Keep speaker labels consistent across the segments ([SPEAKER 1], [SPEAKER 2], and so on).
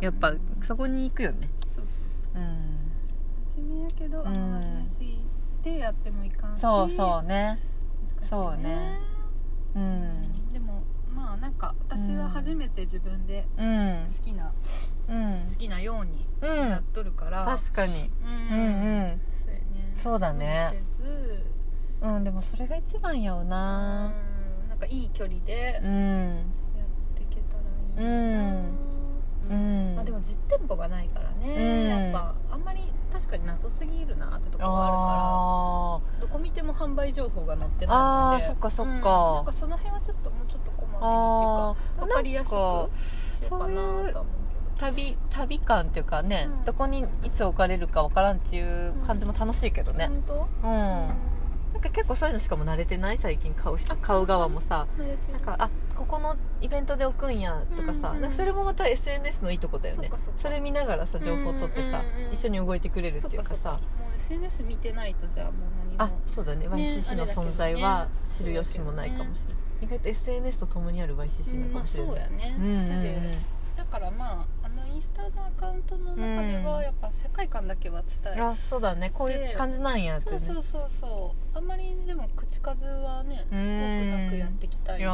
[SPEAKER 1] やっぱそこに行くよね
[SPEAKER 2] そう
[SPEAKER 1] う
[SPEAKER 2] そう
[SPEAKER 1] ん
[SPEAKER 2] 真面目やけど、あの
[SPEAKER 1] うん
[SPEAKER 2] 人生でやってもいかんし
[SPEAKER 1] そうそうね
[SPEAKER 2] 難しいね
[SPEAKER 1] そうねう
[SPEAKER 2] うんんでもまあなんか私は初めて自分で
[SPEAKER 1] うん
[SPEAKER 2] 好きな、
[SPEAKER 1] うん
[SPEAKER 2] 好きなように
[SPEAKER 1] う
[SPEAKER 2] やっ
[SPEAKER 1] ん
[SPEAKER 2] とるから、
[SPEAKER 1] 確かに
[SPEAKER 2] う
[SPEAKER 1] うん
[SPEAKER 2] ん
[SPEAKER 1] うん
[SPEAKER 2] そうやね
[SPEAKER 1] そうだね
[SPEAKER 2] 無理せず
[SPEAKER 1] うんでもそれが一番やわな
[SPEAKER 2] うんなんかいい距離で
[SPEAKER 1] うん
[SPEAKER 2] やっていけたらいいな
[SPEAKER 1] う
[SPEAKER 2] うん
[SPEAKER 1] ん
[SPEAKER 2] まあ、でも実店舗がないからね、
[SPEAKER 1] うん
[SPEAKER 2] やっぱあんまり確かに謎すぎるなってとこがあるか
[SPEAKER 1] あ
[SPEAKER 2] らどこ見ても販売情報が載ってないので
[SPEAKER 1] あーそっかそっか
[SPEAKER 2] うんなんかその辺はちょっともうちょっとこ
[SPEAKER 1] ー
[SPEAKER 2] ま
[SPEAKER 1] あ
[SPEAKER 2] めにっていうか
[SPEAKER 1] ー
[SPEAKER 2] 分かりやすくしようかなとは思うけど
[SPEAKER 1] 旅旅感っていうかね、
[SPEAKER 2] うん
[SPEAKER 1] どこにいつ置かれるかわからんっちゅう感じも楽しいけどね
[SPEAKER 2] 本
[SPEAKER 1] うん、
[SPEAKER 2] 当、
[SPEAKER 1] なんか結構そういうのしかも慣れてない最近買う人
[SPEAKER 2] あ
[SPEAKER 1] 買う側もさ
[SPEAKER 2] 慣れてる
[SPEAKER 1] なんかあここのイベントで置くんやとかさ、
[SPEAKER 2] うんうん
[SPEAKER 1] なんかそれもまた SNS のいいとこだよね
[SPEAKER 2] そっかそっか
[SPEAKER 1] れ見ながらさ情報取ってさ、
[SPEAKER 2] うんうんうん
[SPEAKER 1] 一緒に動いてくれるっ
[SPEAKER 2] そって
[SPEAKER 1] いう
[SPEAKER 2] か
[SPEAKER 1] か
[SPEAKER 2] そっか
[SPEAKER 1] さ
[SPEAKER 2] もう SNS 見てないとじゃあもう何
[SPEAKER 1] あ
[SPEAKER 2] も
[SPEAKER 1] そうだね YCC の存在は知る由もないかもしれない、意外と SNS と共にある YCC なの
[SPEAKER 2] うん
[SPEAKER 1] かも
[SPEAKER 2] まあ
[SPEAKER 1] し
[SPEAKER 2] そ
[SPEAKER 1] れ
[SPEAKER 2] う
[SPEAKER 1] ない、
[SPEAKER 2] やね、
[SPEAKER 1] うんうんうん
[SPEAKER 2] だってだからまああのインスタのアカウントの中で
[SPEAKER 1] うん
[SPEAKER 2] はやっぱ世界観だけは伝える、
[SPEAKER 1] あそうだねこういう感じなんやって
[SPEAKER 2] そ
[SPEAKER 1] ね
[SPEAKER 2] うそうそうそうあんまりでも口数はね多
[SPEAKER 1] う
[SPEAKER 2] く
[SPEAKER 1] ん
[SPEAKER 2] なくやっていきたい
[SPEAKER 1] い
[SPEAKER 2] ね
[SPEAKER 1] や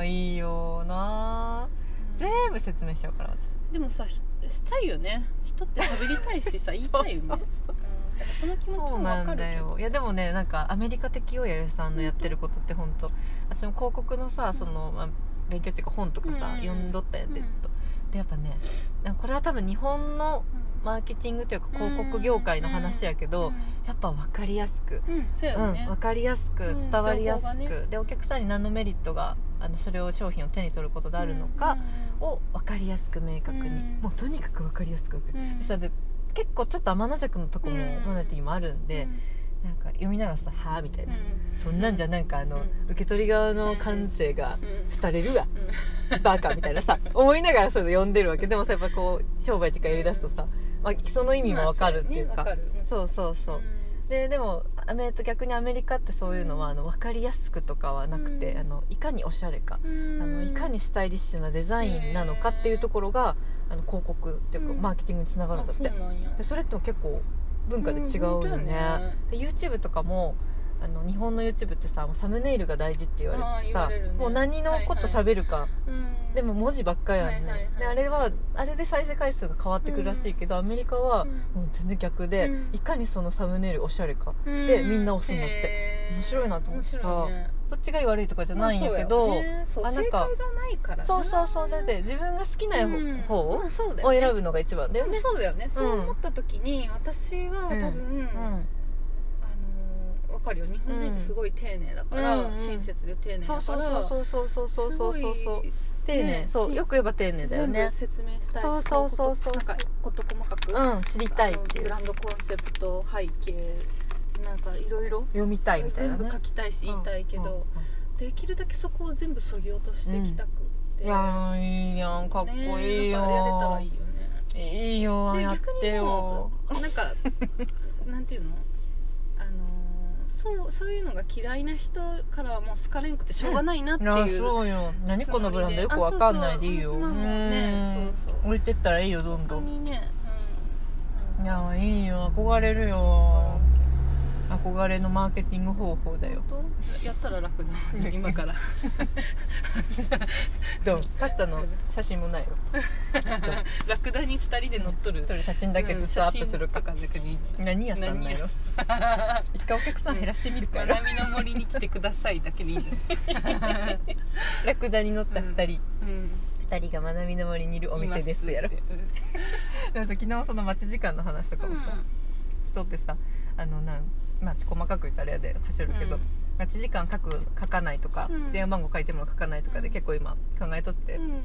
[SPEAKER 1] ーいいよな
[SPEAKER 2] うん
[SPEAKER 1] 全部説明しちゃうから私
[SPEAKER 2] でもさひしたいよね人って喋りたいしさ言いたいよね
[SPEAKER 1] そうそうそう
[SPEAKER 2] うんだからその気持ち
[SPEAKER 1] そう
[SPEAKER 2] も
[SPEAKER 1] な
[SPEAKER 2] わか
[SPEAKER 1] ん
[SPEAKER 2] る
[SPEAKER 1] だ
[SPEAKER 2] けど
[SPEAKER 1] よいやでもねなんかアメリカ的よやさんのやってることって本当私も広告のさその、まあ、勉強っていうか本とかさ、
[SPEAKER 2] うん
[SPEAKER 1] 読んどったんやってずっと、でやっぱねなんかこれは多分日本の
[SPEAKER 2] うん
[SPEAKER 1] マーケティングというか広告業界の話やけど、やっぱ分かりやすく、
[SPEAKER 2] うん、うんそうや
[SPEAKER 1] う
[SPEAKER 2] よ
[SPEAKER 1] ん、
[SPEAKER 2] ね
[SPEAKER 1] 分、かりやすく
[SPEAKER 2] うん
[SPEAKER 1] 伝わりやすく、
[SPEAKER 2] 情報がね
[SPEAKER 1] でお客さんに何のメリットがあのそれを商品を手に取ることであるのかを分かりやすく明確に、
[SPEAKER 2] うん
[SPEAKER 1] もうとにかく分かりやすく分かる
[SPEAKER 2] うん、うん
[SPEAKER 1] そしたらで結構ちょっと天の尺のとこも
[SPEAKER 2] うん
[SPEAKER 1] マナティーもあるんで、なんか読みながらさ「はあ」みたいな、
[SPEAKER 2] うん
[SPEAKER 1] そんなんじゃなんかあの、
[SPEAKER 2] うん
[SPEAKER 1] 受け取り側の感性が
[SPEAKER 2] うん
[SPEAKER 1] 廃れるわ、バカみたい なさ思いながらそれ読んでるわけでもさやっぱこう商売っていうかやりだすとさ、まあ、その意味もわかるっていうか、
[SPEAKER 2] まあそうやねわかる
[SPEAKER 1] そうそうそう、ででもアメと逆にアメリカってそういうのは、
[SPEAKER 2] うん
[SPEAKER 1] あの分かりやすくとかはなくて、
[SPEAKER 2] うん
[SPEAKER 1] あのいかにおしゃれか、
[SPEAKER 2] うん
[SPEAKER 1] あのいかにスタイリッシュなデザインなのかっていうところが、あの広告っていうか、
[SPEAKER 2] うん
[SPEAKER 1] マーケティングにつながるんだって
[SPEAKER 2] あそうなんや
[SPEAKER 1] でそれって結構文化で違うよね,、
[SPEAKER 2] うん本当やね
[SPEAKER 1] で YouTube とかもあの日本の YouTube ってさもうサムネイルが大事って言われててさ、
[SPEAKER 2] あー言われるね
[SPEAKER 1] もう何のこと喋るか、
[SPEAKER 2] うん
[SPEAKER 1] でも文字ばっかやんね、
[SPEAKER 2] はいはいはい
[SPEAKER 1] であれはあれで再生回数が変わってくるらしいけど、アメリカは、
[SPEAKER 2] うん
[SPEAKER 1] もう全然逆で、
[SPEAKER 2] うん
[SPEAKER 1] いかにそのサムネイルおしゃれか、
[SPEAKER 2] うん
[SPEAKER 1] でみんな押すんだって
[SPEAKER 2] へー
[SPEAKER 1] 面白いなと思ってさ
[SPEAKER 2] 面白いね
[SPEAKER 1] どっちが悪いとかじゃないんやけど、
[SPEAKER 2] まあそうやねそう
[SPEAKER 1] あなん
[SPEAKER 2] 正解
[SPEAKER 1] か
[SPEAKER 2] がないからな
[SPEAKER 1] そうそうそうだって自分が好きな方,、
[SPEAKER 2] うんまあそうだよ
[SPEAKER 1] を
[SPEAKER 2] ね
[SPEAKER 1] 選ぶのが一番だよね
[SPEAKER 2] そうだよねそう思った時に私は多分
[SPEAKER 1] う
[SPEAKER 2] あ
[SPEAKER 1] ん
[SPEAKER 2] のわかるよ日本人ってすごい丁寧だか
[SPEAKER 1] うんうん
[SPEAKER 2] ら親切で丁寧だか
[SPEAKER 1] そう
[SPEAKER 2] ら
[SPEAKER 1] そうそうそうそうそうそうそう
[SPEAKER 2] す
[SPEAKER 1] そう
[SPEAKER 2] ごい
[SPEAKER 1] 丁寧
[SPEAKER 2] ね
[SPEAKER 1] そう
[SPEAKER 2] し
[SPEAKER 1] よく言えば丁寧だよ
[SPEAKER 2] 全
[SPEAKER 1] ね
[SPEAKER 2] 部説明したいし
[SPEAKER 1] そうそうそうそう
[SPEAKER 2] こなんか事細かく
[SPEAKER 1] うん知りたいって
[SPEAKER 2] あの
[SPEAKER 1] い
[SPEAKER 2] ブ
[SPEAKER 1] う
[SPEAKER 2] ランドコンセプト背景なんかいろいろ
[SPEAKER 1] 読みたいみたいな、
[SPEAKER 2] 全
[SPEAKER 1] ね、
[SPEAKER 2] 部書きたいし言いたいけど、できるだけそこを全部そぎ落としてきたくって、
[SPEAKER 1] いやーいいやんかっこいいよ、
[SPEAKER 2] ねなんかやれたらいいよね
[SPEAKER 1] いいよ
[SPEAKER 2] で
[SPEAKER 1] やっ
[SPEAKER 2] 逆
[SPEAKER 1] て
[SPEAKER 2] に
[SPEAKER 1] よ
[SPEAKER 2] もうなんかなんていうのあのーそうそういうのが嫌いな人からはもう好かれんくてしょうがないなって
[SPEAKER 1] いや
[SPEAKER 2] いう、
[SPEAKER 1] そうよ何
[SPEAKER 2] つ
[SPEAKER 1] こ
[SPEAKER 2] もりで
[SPEAKER 1] のブランドよくわかんないでいいよ
[SPEAKER 2] あそうそううんねそうそう
[SPEAKER 1] 置いてったらいいよどん
[SPEAKER 2] 本
[SPEAKER 1] ど
[SPEAKER 2] 当
[SPEAKER 1] ん
[SPEAKER 2] にね、うん
[SPEAKER 1] い
[SPEAKER 2] なんか
[SPEAKER 1] やいいよ憧れるよ憧れのマーケティング方法だよ
[SPEAKER 2] 本当やったら 楽だじゃあ今から
[SPEAKER 1] どうパスタの写真もないよ
[SPEAKER 2] ラクダに2人で乗っとる
[SPEAKER 1] 撮る写真だけずっとアップするか
[SPEAKER 2] うん写真とかだけ でいいんじゃない
[SPEAKER 1] 何屋さんなの一回お客さん減らしてみるか
[SPEAKER 2] ま
[SPEAKER 1] ら
[SPEAKER 2] なみの森に来てください だけでいいんじゃない
[SPEAKER 1] ラクダに乗った2人
[SPEAKER 2] うん
[SPEAKER 1] 2人がまなみの森にいるお店ですやろ
[SPEAKER 2] いますって
[SPEAKER 1] でもさ昨日その待ち時間の話とか
[SPEAKER 2] うん
[SPEAKER 1] もさ、しとってさあのなん、まあ、細かく言ったらあれやで走るけど、
[SPEAKER 2] うん
[SPEAKER 1] 待ち時間書く書かないとか、
[SPEAKER 2] うん
[SPEAKER 1] 電話番号書いてるもの書かないとかで
[SPEAKER 2] うん
[SPEAKER 1] 結構今考えとって、
[SPEAKER 2] うん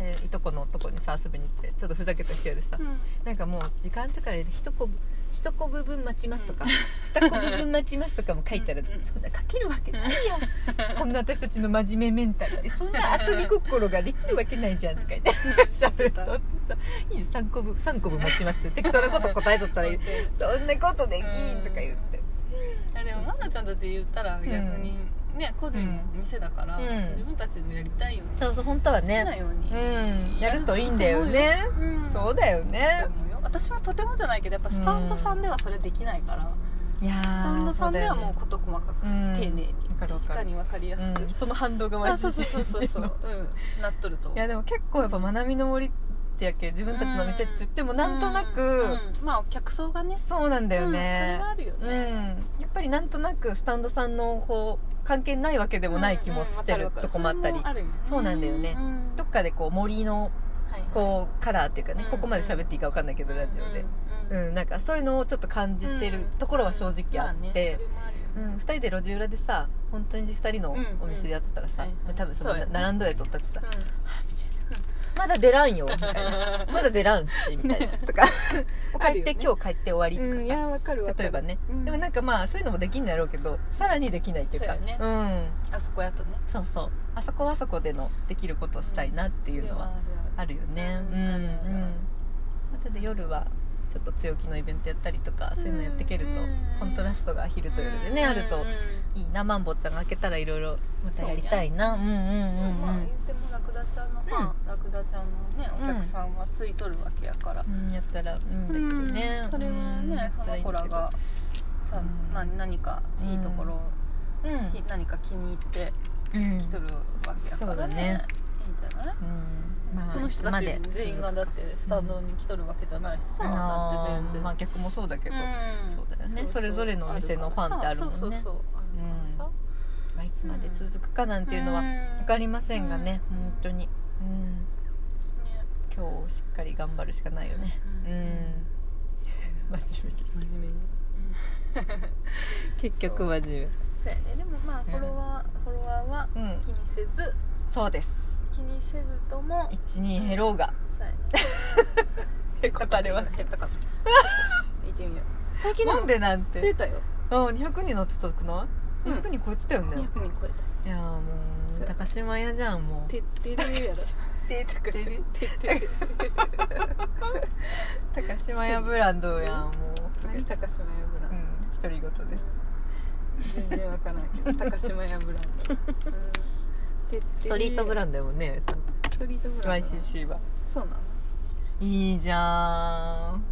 [SPEAKER 1] えーいとこのとこにさ遊びに行ってちょっとふざけた人やでさ、
[SPEAKER 2] うん
[SPEAKER 1] なんかもう時間とかで一コブ一コブ分待ちますとか、二コブ分待ちますとかも書いたら、
[SPEAKER 2] うんうん
[SPEAKER 1] そんな書けるわけないやんこんな私たちの真面目メンタルでそんな遊び心ができるわけないじゃんとか言って喋っとってさ「いい3コブ三コブ待ちます」って適当なこと答えとったらいい「そんなことできん」とか言って
[SPEAKER 2] あでも奈々ちゃんたち言ったら逆にね個人のお店だから、
[SPEAKER 1] うん
[SPEAKER 2] 自分たちのやりたいように、
[SPEAKER 1] そうそう本当は
[SPEAKER 2] 好きな
[SPEAKER 1] ね
[SPEAKER 2] ように、
[SPEAKER 1] うんやるといいんだよね
[SPEAKER 2] うん
[SPEAKER 1] そうだよね
[SPEAKER 2] と思うよ私もとてもじゃないけどやっぱスタンドさんではそれできないから、
[SPEAKER 1] いや
[SPEAKER 2] スタンド
[SPEAKER 1] ー
[SPEAKER 2] さ
[SPEAKER 1] そうんだ
[SPEAKER 2] で
[SPEAKER 1] よ
[SPEAKER 2] は
[SPEAKER 1] ね
[SPEAKER 2] もう事細かく、
[SPEAKER 1] うん
[SPEAKER 2] 丁寧に
[SPEAKER 1] わかるわ
[SPEAKER 2] い
[SPEAKER 1] か
[SPEAKER 2] か
[SPEAKER 1] る
[SPEAKER 2] に分かりやすく、
[SPEAKER 1] うんその反動が
[SPEAKER 2] あ
[SPEAKER 1] 毎
[SPEAKER 2] そうそうそうそうそう
[SPEAKER 1] い
[SPEAKER 2] うんなっとると
[SPEAKER 1] やでも結構やっぱ学びの森ってやけ自分たちの店って言ってもなんとな
[SPEAKER 2] う
[SPEAKER 1] く
[SPEAKER 2] んまあお客層がね
[SPEAKER 1] そうなんだよ
[SPEAKER 2] うん、それ
[SPEAKER 1] ね
[SPEAKER 2] はあるよ
[SPEAKER 1] うん
[SPEAKER 2] ね、
[SPEAKER 1] やっぱりなんとなくスタンドさんのこう関係ないわけで
[SPEAKER 2] で
[SPEAKER 1] もない気もしてるとこもあったりそうなんだよねどっかでこう森のこうカラーっていうかね
[SPEAKER 2] うん
[SPEAKER 1] ここまで喋っていいか分かんないけ
[SPEAKER 2] う
[SPEAKER 1] どラジオで
[SPEAKER 2] ん
[SPEAKER 1] うんなんかそういうのをちょっと感じてるところは正直あってうん、2人で路地裏でさ本当に2人のお店でやっとったらさ、
[SPEAKER 2] うんうんはいはい
[SPEAKER 1] 多分その
[SPEAKER 2] そうやね
[SPEAKER 1] 並んどやつおったってさ「まだ出らんよ」みたいな 「まだ出らんし」みたいなとか「
[SPEAKER 2] あ
[SPEAKER 1] 帰っ
[SPEAKER 2] るよ
[SPEAKER 1] て、
[SPEAKER 2] ね
[SPEAKER 1] 今日帰って終わり」とかさ、
[SPEAKER 2] わかるわかる
[SPEAKER 1] 例えばね、
[SPEAKER 2] うん
[SPEAKER 1] でもなんかまあそういうのもできんのやろうけどさらにできないっていうか
[SPEAKER 2] そうやね
[SPEAKER 1] ん、
[SPEAKER 2] あそこやとね
[SPEAKER 1] そうそうあそこはあそこでのできることをしたいなっていうのはあるよね
[SPEAKER 2] う
[SPEAKER 1] うんん
[SPEAKER 2] あるある
[SPEAKER 1] またで夜はちょっと強気のイベントやったりとかそういうのやっていけると、
[SPEAKER 2] うん
[SPEAKER 1] コントラストが昼
[SPEAKER 2] そ
[SPEAKER 1] と
[SPEAKER 2] れ
[SPEAKER 1] 夜
[SPEAKER 2] は
[SPEAKER 1] で
[SPEAKER 2] る
[SPEAKER 1] ね、あると
[SPEAKER 2] うんうん
[SPEAKER 1] いいなマンボウちゃんが開けたらいろいろまたやりたいなうんうん
[SPEAKER 2] うんま
[SPEAKER 1] う
[SPEAKER 2] あ
[SPEAKER 1] ん
[SPEAKER 2] 言ってもラクダちゃんのファンラクダちゃんのねお客さんはついとるわけやから
[SPEAKER 1] うん、うん、やったらうんだけどね、
[SPEAKER 2] うんそれはねその子らがちゃんな何かいいところを
[SPEAKER 1] うん、うん
[SPEAKER 2] き何か気に入って
[SPEAKER 1] うん
[SPEAKER 2] 来とるわけやか
[SPEAKER 1] そう
[SPEAKER 2] ら
[SPEAKER 1] だ
[SPEAKER 2] ね
[SPEAKER 1] ね
[SPEAKER 2] いいんじゃない
[SPEAKER 1] まあ
[SPEAKER 2] その人た
[SPEAKER 1] ま
[SPEAKER 2] ち
[SPEAKER 1] で
[SPEAKER 2] 全員がだってスタンドに来とるわけじゃないしさ、だって
[SPEAKER 1] あ
[SPEAKER 2] 全
[SPEAKER 1] ー
[SPEAKER 2] 然、
[SPEAKER 1] まあ逆もそうだけど、
[SPEAKER 2] うん
[SPEAKER 1] そうだよねそれぞれのお店のファンってあるもんね
[SPEAKER 2] そうそうそうあるからさ
[SPEAKER 1] まあ、いつまで続くかなんていうのは
[SPEAKER 2] ん
[SPEAKER 1] 分かりませんがね、
[SPEAKER 2] うん
[SPEAKER 1] 本当に、うん、
[SPEAKER 2] ね
[SPEAKER 1] 今日をしっかり頑張るしかないよねうん、 真面目に
[SPEAKER 2] 真面目に、
[SPEAKER 1] 結
[SPEAKER 2] 局
[SPEAKER 1] 局真面
[SPEAKER 2] そうやねでもまあフォロワー、フォロワーは
[SPEAKER 1] 目うん
[SPEAKER 2] 気にせず
[SPEAKER 1] そうです
[SPEAKER 2] 気にせずとも
[SPEAKER 1] 12減ろうが
[SPEAKER 2] そうやね
[SPEAKER 1] へこたれます
[SPEAKER 2] 減ったかな 行ってみよう最近でも
[SPEAKER 1] なんでなん
[SPEAKER 2] 増え
[SPEAKER 1] て
[SPEAKER 2] たよ
[SPEAKER 1] うん200人乗ってたくない
[SPEAKER 2] うん
[SPEAKER 1] 200人超えてたよね、
[SPEAKER 2] 200人超えた
[SPEAKER 1] いやーも
[SPEAKER 2] そう
[SPEAKER 1] う高島屋じゃん もう
[SPEAKER 2] てってれるやろ
[SPEAKER 1] て
[SPEAKER 2] 高島屋
[SPEAKER 1] てて高島屋ブランドやんもう
[SPEAKER 2] 何高島屋ブラン
[SPEAKER 1] う
[SPEAKER 2] ド
[SPEAKER 1] ん独り言です
[SPEAKER 2] 全然わからんけど高島屋ブランド、うん、
[SPEAKER 1] ストリートブ
[SPEAKER 2] ン
[SPEAKER 1] ランドやもんねさ
[SPEAKER 2] ドストリートブランド
[SPEAKER 1] YCC は
[SPEAKER 2] そうなの、
[SPEAKER 1] いいじゃん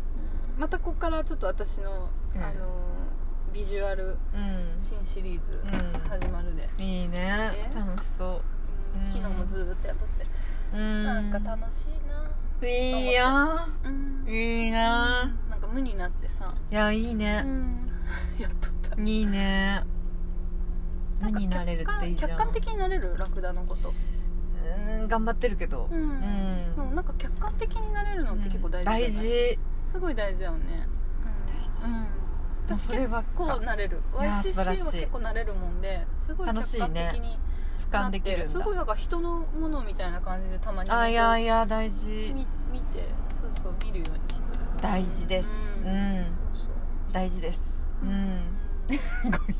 [SPEAKER 2] またここからちょっと私の、
[SPEAKER 1] うん
[SPEAKER 2] あのービジュアル
[SPEAKER 1] うん
[SPEAKER 2] 新シリーズ
[SPEAKER 1] うん
[SPEAKER 2] 始まるで、
[SPEAKER 1] いいね
[SPEAKER 2] え
[SPEAKER 1] 楽しそ
[SPEAKER 2] うん
[SPEAKER 1] うん
[SPEAKER 2] 昨日もずーっとやっとって、
[SPEAKER 1] ううん
[SPEAKER 2] なんか楽しいな
[SPEAKER 1] しいいや
[SPEAKER 2] うん
[SPEAKER 1] んいいな
[SPEAKER 2] なんか無になってさ、
[SPEAKER 1] いやいいね、
[SPEAKER 2] やっとった
[SPEAKER 1] いいね無
[SPEAKER 2] んか
[SPEAKER 1] になれるっていいじゃん
[SPEAKER 2] 客観客観的になれるラクダのこと
[SPEAKER 1] うん頑張ってるけど
[SPEAKER 2] うん、でもなんか客観的になれるのって結構大事じゃない
[SPEAKER 1] 大事
[SPEAKER 2] すごい大事やよね、うん、
[SPEAKER 1] 大事
[SPEAKER 2] うん、
[SPEAKER 1] もう
[SPEAKER 2] 私
[SPEAKER 1] それ
[SPEAKER 2] 結
[SPEAKER 1] ばっ
[SPEAKER 2] 構
[SPEAKER 1] か
[SPEAKER 2] なれる
[SPEAKER 1] いやー素晴
[SPEAKER 2] YCC は
[SPEAKER 1] らしい
[SPEAKER 2] 結構なれるもんですごい
[SPEAKER 1] 楽
[SPEAKER 2] 客
[SPEAKER 1] しい
[SPEAKER 2] 観
[SPEAKER 1] ね
[SPEAKER 2] 的に
[SPEAKER 1] 俯
[SPEAKER 2] な
[SPEAKER 1] 瞰
[SPEAKER 2] って
[SPEAKER 1] できるんだ
[SPEAKER 2] すごいなんか人のものみたいな感じでたまに
[SPEAKER 1] あいやいや大事
[SPEAKER 2] 見見てそうそう見るようにしとる
[SPEAKER 1] 大事です
[SPEAKER 2] う
[SPEAKER 1] うんん、
[SPEAKER 2] そう
[SPEAKER 1] 大事です
[SPEAKER 2] そう
[SPEAKER 1] う
[SPEAKER 2] うん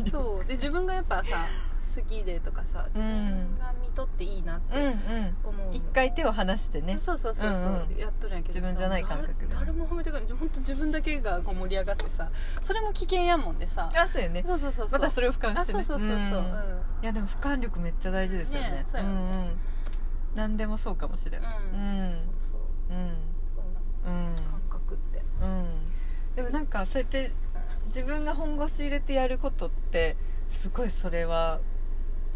[SPEAKER 2] んそうで自分がやっぱさ好きでとかさ自分が見とっていいなっ
[SPEAKER 1] うんう
[SPEAKER 2] て
[SPEAKER 1] ん
[SPEAKER 2] 思う、
[SPEAKER 1] 一回手を離してね
[SPEAKER 2] そうそうそうそう、
[SPEAKER 1] うんうん
[SPEAKER 2] やっとるんやけど
[SPEAKER 1] 自
[SPEAKER 2] さ
[SPEAKER 1] 分じゃない感覚で
[SPEAKER 2] 誰誰も褒めてくれない本当自分だけがこう盛り上がってさそれも危険やもんでさ
[SPEAKER 1] あそうよね
[SPEAKER 2] そうそうそうそう
[SPEAKER 1] またそれを俯瞰
[SPEAKER 2] あ
[SPEAKER 1] して
[SPEAKER 2] そ
[SPEAKER 1] ね
[SPEAKER 2] うそうそうそう、うん
[SPEAKER 1] んいやでも俯瞰力めっちゃ大事ですよね
[SPEAKER 2] ねそうや
[SPEAKER 1] ん
[SPEAKER 2] ね
[SPEAKER 1] うん何でもそうかもしれない
[SPEAKER 2] うん
[SPEAKER 1] うん
[SPEAKER 2] そう
[SPEAKER 1] うん
[SPEAKER 2] そうな
[SPEAKER 1] うん
[SPEAKER 2] の感覚って
[SPEAKER 1] うんでもなんかそうやって自分が本腰入れてやることってすごいそれは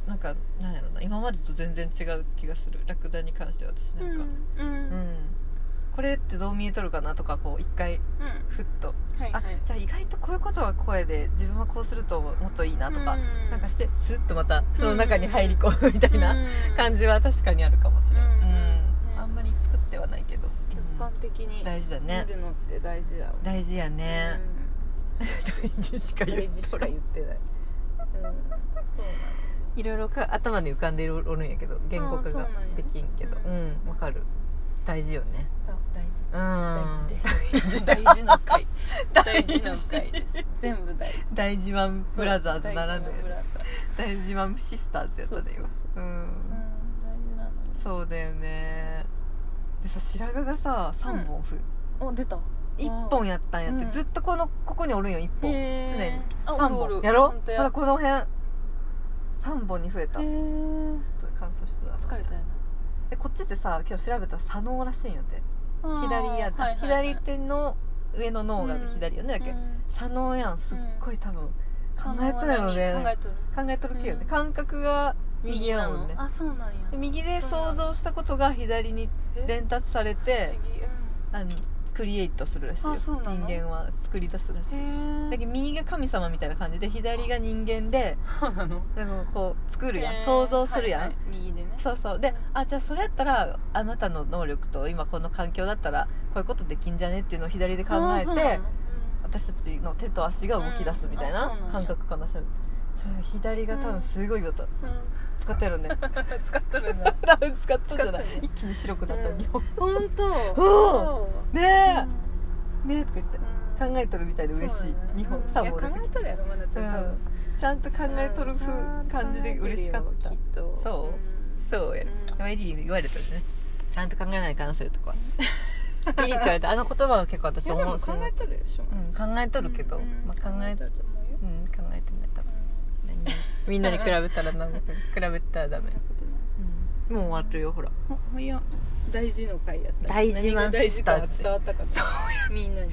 [SPEAKER 1] なんかなんやろな今までと全然違う気がするラクダに関しては私なんか、
[SPEAKER 2] う
[SPEAKER 1] う
[SPEAKER 2] んう
[SPEAKER 1] ん
[SPEAKER 2] ん、
[SPEAKER 1] これってどう見えとるかなとかこう一回
[SPEAKER 2] うん
[SPEAKER 1] ふっと、
[SPEAKER 2] はいはい
[SPEAKER 1] あじゃあ意外とこういうことは声で自分はこうするともっといいなとか、
[SPEAKER 2] うん
[SPEAKER 1] なんかしてスッとまたその中に入り込むみたいな感
[SPEAKER 2] じ
[SPEAKER 1] じは確かにあるかもしれない、
[SPEAKER 2] うん
[SPEAKER 1] うん
[SPEAKER 2] ね
[SPEAKER 1] あんまり作ってはないけど
[SPEAKER 2] 客観的に
[SPEAKER 1] うん大事だね
[SPEAKER 2] 見るのって大事だよ
[SPEAKER 1] 大事やね、 大事しか
[SPEAKER 2] うん、
[SPEAKER 1] 言
[SPEAKER 2] 大
[SPEAKER 1] う
[SPEAKER 2] 事しか言ってない、うん、そうなの
[SPEAKER 1] いろいろか頭に浮かんでおるんやけど言語化
[SPEAKER 2] あー
[SPEAKER 1] が
[SPEAKER 2] そうなんや
[SPEAKER 1] できんけど
[SPEAKER 2] う
[SPEAKER 1] うんんわ、かる大事よね
[SPEAKER 2] そう大事
[SPEAKER 1] うん大
[SPEAKER 2] 大事です
[SPEAKER 1] 大
[SPEAKER 2] 大
[SPEAKER 1] 事
[SPEAKER 2] 事な回 大
[SPEAKER 1] 大
[SPEAKER 2] 事
[SPEAKER 1] 事
[SPEAKER 2] な回です全部大事
[SPEAKER 1] 大事マンブラザーズならぬ
[SPEAKER 2] そう大事なブラザー
[SPEAKER 1] 大事マンシスターズやったで
[SPEAKER 2] そ
[SPEAKER 1] よ
[SPEAKER 2] うそうズうん
[SPEAKER 1] ん
[SPEAKER 2] 大事なの
[SPEAKER 1] そうだよねでさ白髪がさ3本ふ、
[SPEAKER 2] お出た
[SPEAKER 1] 一1本やったんやって、
[SPEAKER 2] うん
[SPEAKER 1] ずっとこのここにおるんよ1本常に
[SPEAKER 2] あ
[SPEAKER 1] 3
[SPEAKER 2] おるお
[SPEAKER 1] 本
[SPEAKER 2] る
[SPEAKER 1] やろ
[SPEAKER 2] ほんと
[SPEAKER 1] ほらこの辺3 3本に増えた
[SPEAKER 2] へ
[SPEAKER 1] ちょっ
[SPEAKER 2] ー
[SPEAKER 1] と乾燥してた
[SPEAKER 2] 疲れたよ
[SPEAKER 1] でこっちってさ今日調べたら左脳らしいんやって
[SPEAKER 2] な
[SPEAKER 1] 左や
[SPEAKER 2] あーはいはいはい
[SPEAKER 1] 左手の上の脳が
[SPEAKER 2] うん
[SPEAKER 1] 左よねだっけ、
[SPEAKER 2] うん
[SPEAKER 1] 左脳やんすっごい多分考えとるやろ
[SPEAKER 2] 考え
[SPEAKER 1] ね
[SPEAKER 2] とる
[SPEAKER 1] 考えとるけよね、
[SPEAKER 2] うん
[SPEAKER 1] 感覚が右やもんね
[SPEAKER 2] なのあそうなんや
[SPEAKER 1] で右で想像したことが左に
[SPEAKER 2] え
[SPEAKER 1] 伝達され
[SPEAKER 2] 不
[SPEAKER 1] て
[SPEAKER 2] 思議う
[SPEAKER 1] あのクリエイトするらしいよ
[SPEAKER 2] あそうな
[SPEAKER 1] 人
[SPEAKER 2] の
[SPEAKER 1] 間は作り出すらしい
[SPEAKER 2] んへ
[SPEAKER 1] だ
[SPEAKER 2] え
[SPEAKER 1] けど右が神様みたいな感じで左が人間で
[SPEAKER 2] そうなの
[SPEAKER 1] でもこう作るや
[SPEAKER 2] へ
[SPEAKER 1] ん
[SPEAKER 2] ー
[SPEAKER 1] 想像するやん、
[SPEAKER 2] はいはい右でね
[SPEAKER 1] そうそうであじゃあそれやったらあなたの能力と今この環境だったらこういうことできんじゃねっていうのを左で考
[SPEAKER 2] あー
[SPEAKER 1] え
[SPEAKER 2] そうな
[SPEAKER 1] て
[SPEAKER 2] のうん
[SPEAKER 1] 私たちの手と足が動き出すみたい
[SPEAKER 2] うんあ
[SPEAKER 1] な
[SPEAKER 2] そうなんや
[SPEAKER 1] 感覚かなしゃべそれ左が多分すごいこと、
[SPEAKER 2] うん
[SPEAKER 1] 使ってるね
[SPEAKER 2] 使っとるな
[SPEAKER 1] 多分使ってたじゃない
[SPEAKER 2] 使ってる
[SPEAKER 1] 一気に白くなった
[SPEAKER 2] うん
[SPEAKER 1] 日本、
[SPEAKER 2] 本当
[SPEAKER 1] おねえ、ねえとか言って
[SPEAKER 2] え
[SPEAKER 1] 考えとるみたいで嬉しい、日本
[SPEAKER 2] さ
[SPEAKER 1] サ
[SPEAKER 2] も
[SPEAKER 1] ボ
[SPEAKER 2] 考
[SPEAKER 1] 出て
[SPEAKER 2] え
[SPEAKER 1] き
[SPEAKER 2] とるやろまだち
[SPEAKER 1] た、
[SPEAKER 2] ょ
[SPEAKER 1] う
[SPEAKER 2] っと多分
[SPEAKER 1] ん、ちゃんと考えとる風
[SPEAKER 2] うん
[SPEAKER 1] 感じで嬉しかった
[SPEAKER 2] ちゃんと考えてるよきっと
[SPEAKER 1] そうそうや、
[SPEAKER 2] うん
[SPEAKER 1] エリーに言われたよねちゃんと考えないかんそういうとこはエリーって言われたあの言葉は結構
[SPEAKER 2] い
[SPEAKER 1] 私
[SPEAKER 2] や
[SPEAKER 1] 思
[SPEAKER 2] で
[SPEAKER 1] う
[SPEAKER 2] も考えとるでしょ
[SPEAKER 1] うん、考えとるけど、
[SPEAKER 2] うん
[SPEAKER 1] まあ、考え
[SPEAKER 2] とると思うよ
[SPEAKER 1] うん、考えてない多分何もみんなに比べたらなんか比べたらダメ
[SPEAKER 2] そんな、ことない
[SPEAKER 1] もう終わってるよほら
[SPEAKER 2] ほほいや大事の回やった
[SPEAKER 1] 大事マンシスターズ
[SPEAKER 2] 何が大事かは伝わったかそうみんなに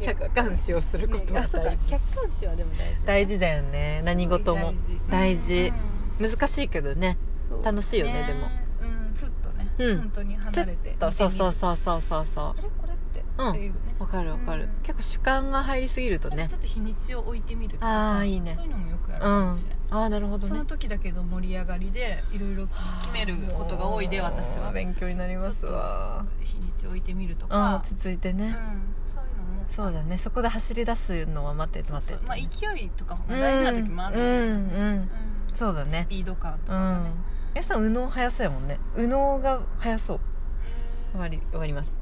[SPEAKER 1] 客観視をすることが
[SPEAKER 2] ねあそうか
[SPEAKER 1] 大事、
[SPEAKER 2] 客観視はでも大事
[SPEAKER 1] 大事だよね何事も大事難しいけどね
[SPEAKER 2] そう
[SPEAKER 1] 楽しいよねでも
[SPEAKER 2] うんふっとね、
[SPEAKER 1] うん
[SPEAKER 2] 本当に離れて
[SPEAKER 1] とそうそう
[SPEAKER 2] 見て
[SPEAKER 1] そうそうそうそ
[SPEAKER 2] みるあれこれって、
[SPEAKER 1] うん
[SPEAKER 2] っていうね
[SPEAKER 1] うわかるわかる、
[SPEAKER 2] うん
[SPEAKER 1] 結構主観が入りすぎるとね
[SPEAKER 2] ちょっと日にちを置いてみると
[SPEAKER 1] あーいいね
[SPEAKER 2] そういうのもよくやる
[SPEAKER 1] う
[SPEAKER 2] か
[SPEAKER 1] ん
[SPEAKER 2] もしれない、
[SPEAKER 1] ああなるほど
[SPEAKER 2] そ
[SPEAKER 1] ね
[SPEAKER 2] の時だけど盛り上がりでいろいろ決めることが多いで私は
[SPEAKER 1] 勉強になりますわ
[SPEAKER 2] 日にちを置いてみると
[SPEAKER 1] うん
[SPEAKER 2] か
[SPEAKER 1] 落ち着いて
[SPEAKER 2] うん
[SPEAKER 1] ね、
[SPEAKER 2] そういうのも
[SPEAKER 1] そうだねそこで走り出すのは待って
[SPEAKER 2] そう
[SPEAKER 1] 待って
[SPEAKER 2] そうまあ勢いとかも大事な時もある
[SPEAKER 1] うん
[SPEAKER 2] だよね
[SPEAKER 1] うんうん
[SPEAKER 2] うん
[SPEAKER 1] そうだね
[SPEAKER 2] スピード感と
[SPEAKER 1] う
[SPEAKER 2] かがね
[SPEAKER 1] んえさん右脳速そうやもんね右脳が速そう
[SPEAKER 2] へー
[SPEAKER 1] 終わり終わります